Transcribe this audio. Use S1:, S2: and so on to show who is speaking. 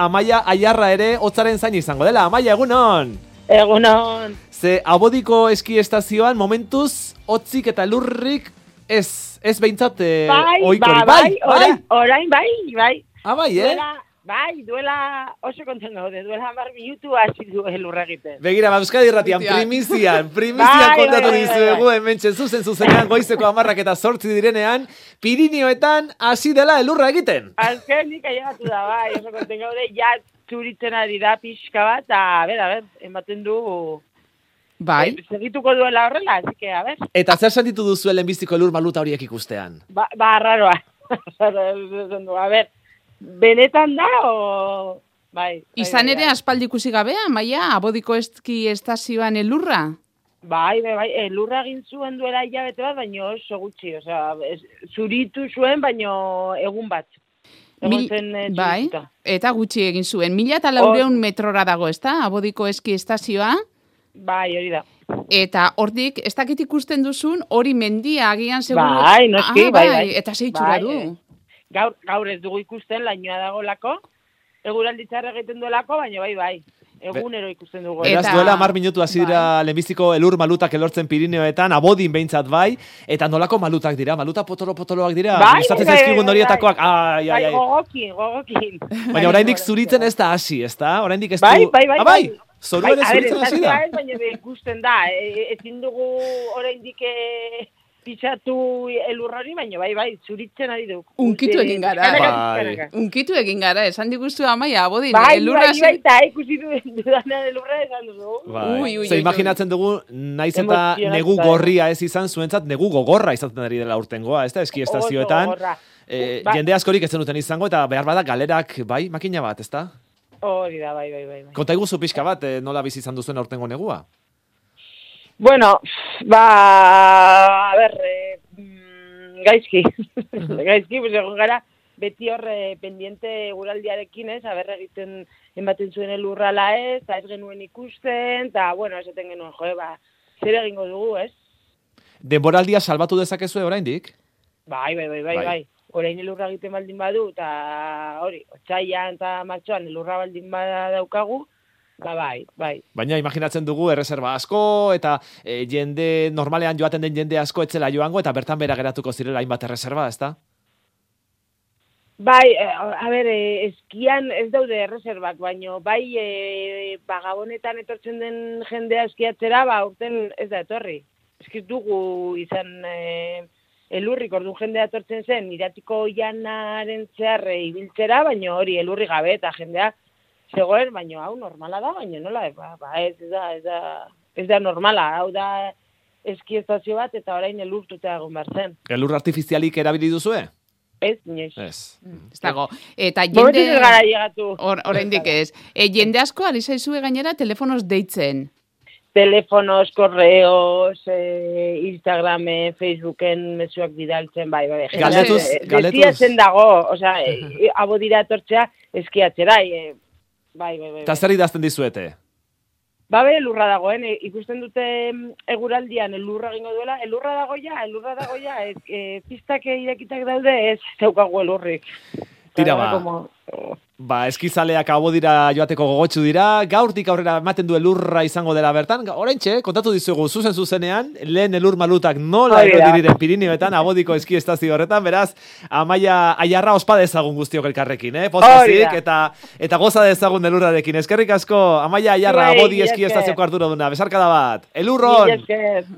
S1: Amaia Aiarra ere hotzaren zain izango dela. Amaia, egunon!
S2: Egunon,
S1: Ze abodiko eski estazioan momentuz hotzik eta lurrik ez, ez behintzat eh,
S2: bai,
S1: ohikorik.
S2: ba, bai, orain, orain, bai, bai.
S1: Ah, bai, eh?
S2: Duela, bai, duela oso konten gaude, duela hamar minutu hasi du elurra egiten.
S1: Begira, ba, Euskadi irratian,
S3: Bitiak.
S1: primizian, primizian
S2: Bai,
S1: kontatu
S2: bai, bai,
S1: dizuegu
S2: bai.
S1: hemen zuzen zuzenean goizeko amarrak eta sortzi direnean, Pirinioetan hasi dela elurra egiten.
S2: Azkenik ailegatu da, bai, oso konten gaude, ja zuritzen ari da pixka bat, eta, a ber, a ber, ematen du,
S3: Bai,
S2: eh, segituko duela horrela, así que, a ber,
S1: Eta zer sentitu duzu lehenbiziko elur maluta horiek ikustean?
S2: ba, ba raroa. Raro esan du, a ber, benetan da, o, bai. bai,
S3: izan
S2: bai,
S3: ere
S2: bai.
S3: aspaldi ikusi gabea, maia, abodiko eski estazioan elurra.
S2: Bai, bai, bai, elurra egin zuen duela hilabete bat, baino oso gutxi, osea, ez- zuritu zuen, baino egun bat. Egon
S3: Mil-
S2: zen, eh,
S3: bai,
S2: zurituta.
S3: eta gutxi egin zuen. Mila eta laureun
S2: Hor-
S3: metrora dago, ezta? Abodiko eski estazioa.
S2: Bai, hori da.
S3: Eta hortik, ez dakit ikusten duzun, hori mendia agian seguru.
S2: Bai, noski,
S3: Ah,
S2: bai, bai.
S3: Eta zeitzura
S2: Bai,
S3: du.
S2: eh. Gaur, gaur ez dugu ikusten, lainoa dagolako, eguralditzar egiten duelako, baina bai, bai, egunero ikusten dugu.
S1: Beraz,
S3: Eta-
S1: duela mar minutu hasi
S2: bai.
S1: dira lehenbiziko elur malutak elortzen Pirineoetan, abodin behintzat bai, eta nolako malutak dira, maluta potolo-potoloak dira,
S2: Bai,
S1: gustatzen
S2: bai,
S1: zaizkigun
S2: bai,
S1: horietakoak, ai, ai,
S2: Bai,
S1: ai.
S2: gogokin, gogokin.
S1: Baina oraindik zuritzen ez da hasi, ez da? Oraindik ez du...
S2: Bai, bai, bai,
S1: Ah, bai,
S2: bai.
S1: zoru
S2: Bai,
S1: ere
S2: a ber,
S1: zuritzen hasi da.
S2: estazioa ez, Baina be- ikusten da, e- e- ezin dugu oraindik eh, pitxatu elurra hori, baina bai, bai, zuritzen ari dugu.
S3: Unkitu egin gara.
S1: Bai.
S2: Bai.
S3: Unkitu egin gara, esan diguzu amaia, abodin,
S2: Bai,
S3: elurra
S2: elurra
S3: ze-
S2: bai, eta ikusi du dudanean elurra esan duzu.
S1: Bai.
S3: Ui, ui,
S1: Ze
S3: ui,
S1: imaginatzen dugu, naiz eta
S2: Emozionatuta,
S1: negu
S2: eh.
S1: gorria ez izan zuentzat, negu gogorra izaten ari dela urtengoa, ez da, eski
S2: Oso
S1: estazioetan.
S2: gogorra.
S1: Eh,
S2: Ba-
S1: jende askorik ez zenuten izango, eta behar bada galerak, bai, makina bat, ez da?
S2: Hori da, bai, bai, bai. bai.
S1: Konta iguzu pixka bat, eh, nola bizi izan duzuen aurtengo negua?
S2: Bueno, ba, a ber, eh, mm, gaizki. gaizki, pues egon gara, beti hor eh, pendiente guraldiarekin ez, aber egiten ematen zuen elurrala ez, eta ez genuen ikusten, eta, bueno, esaten genuen, jo, ba, zer egingo dugu, ez?
S1: Denboraldia salbatu dezakezue oraindik?
S2: Bai, bai, bai, bai,
S1: Bai.
S2: bai. Orain elurra egiten baldin badu, eta hori, otsaian eta martxoan elurra baldin badaukagu, ba, bai, bai.
S1: Baina imaginatzen dugu erreserba asko eta eh, jende normalean joaten den jende asko etzela joango eta bertan bera geratuko zirela hainbat erreserba, ezta?
S2: Bai, eh, a ber, eh, eskian ez daude erreserbak, baino bai, eh, ba, gabonetan etortzen den jendea eskiatzera, ba, urten ez da etorri. Eskiz dugu izan eh, elurrik, orduan jendea etortzen zen, iratiko janaren zehar eh, ibiltzera, baino hori elurri gabe eta jendea zegoen, baino hau normala da, baino nola, eh, ba, ba, ez da, ez da, ez da normala, hau da eski estazio bat eta orain elurtuta egon behar zen.
S1: Elur artifizialik erabili duzue?
S2: Ez, inoiz.
S1: Ez. Mm.
S3: Ez dago. Eta
S2: Momentuz ez gara
S3: jende...
S2: llegatu.
S3: Hor, oraindik ez. E, jende asko, ari zaizue gainera, telefonoz deitzen.
S2: telefonos, correos, eh, Instagramen, Facebooken mezuak bidaltzen, bai, bai.
S1: Galdetuz,
S2: Eh,
S1: galdetuz.
S2: Desiatzen dago, osea, eh, abodira etortzea eskiatzera, eh, bai, bai, bai.
S1: Eta
S2: bai.
S1: zer idazten dizuete?
S2: Ba, bere lurra dagoen, eh, ikusten dute em, eguraldian elurra egingo duela, elurra dago ja, elurra dago ja, eh, eh, pistak irekitak daude, ez zeukagu elurrik.
S1: Tira,
S2: Ba,
S1: ba.
S2: como-
S1: Ba, eskizaleak abodira joateko gogotsu dira, gaurtik aurrera ematen du elurra izango dela bertan. Ga- Oraintxe, kontatu dizugu zuzen zuzenean, lehen elur malutak nola
S2: Hori da.
S1: erodi diren Pirinioetan, abodiko eski estazio horretan, beraz, Amaia Aiarra ospa dezagun guztiok elkarrekin, eh?
S2: Hori da.
S1: Pozazik eta eta goza dezagun elurrarekin. Eskerrik asko, Amaia Aiarra
S2: Zuei,
S1: abodi
S2: mila
S1: eski
S2: esker.
S1: estazioko arduraduna. Besarkada bat.
S2: Mila
S1: Elurron.
S2: esker.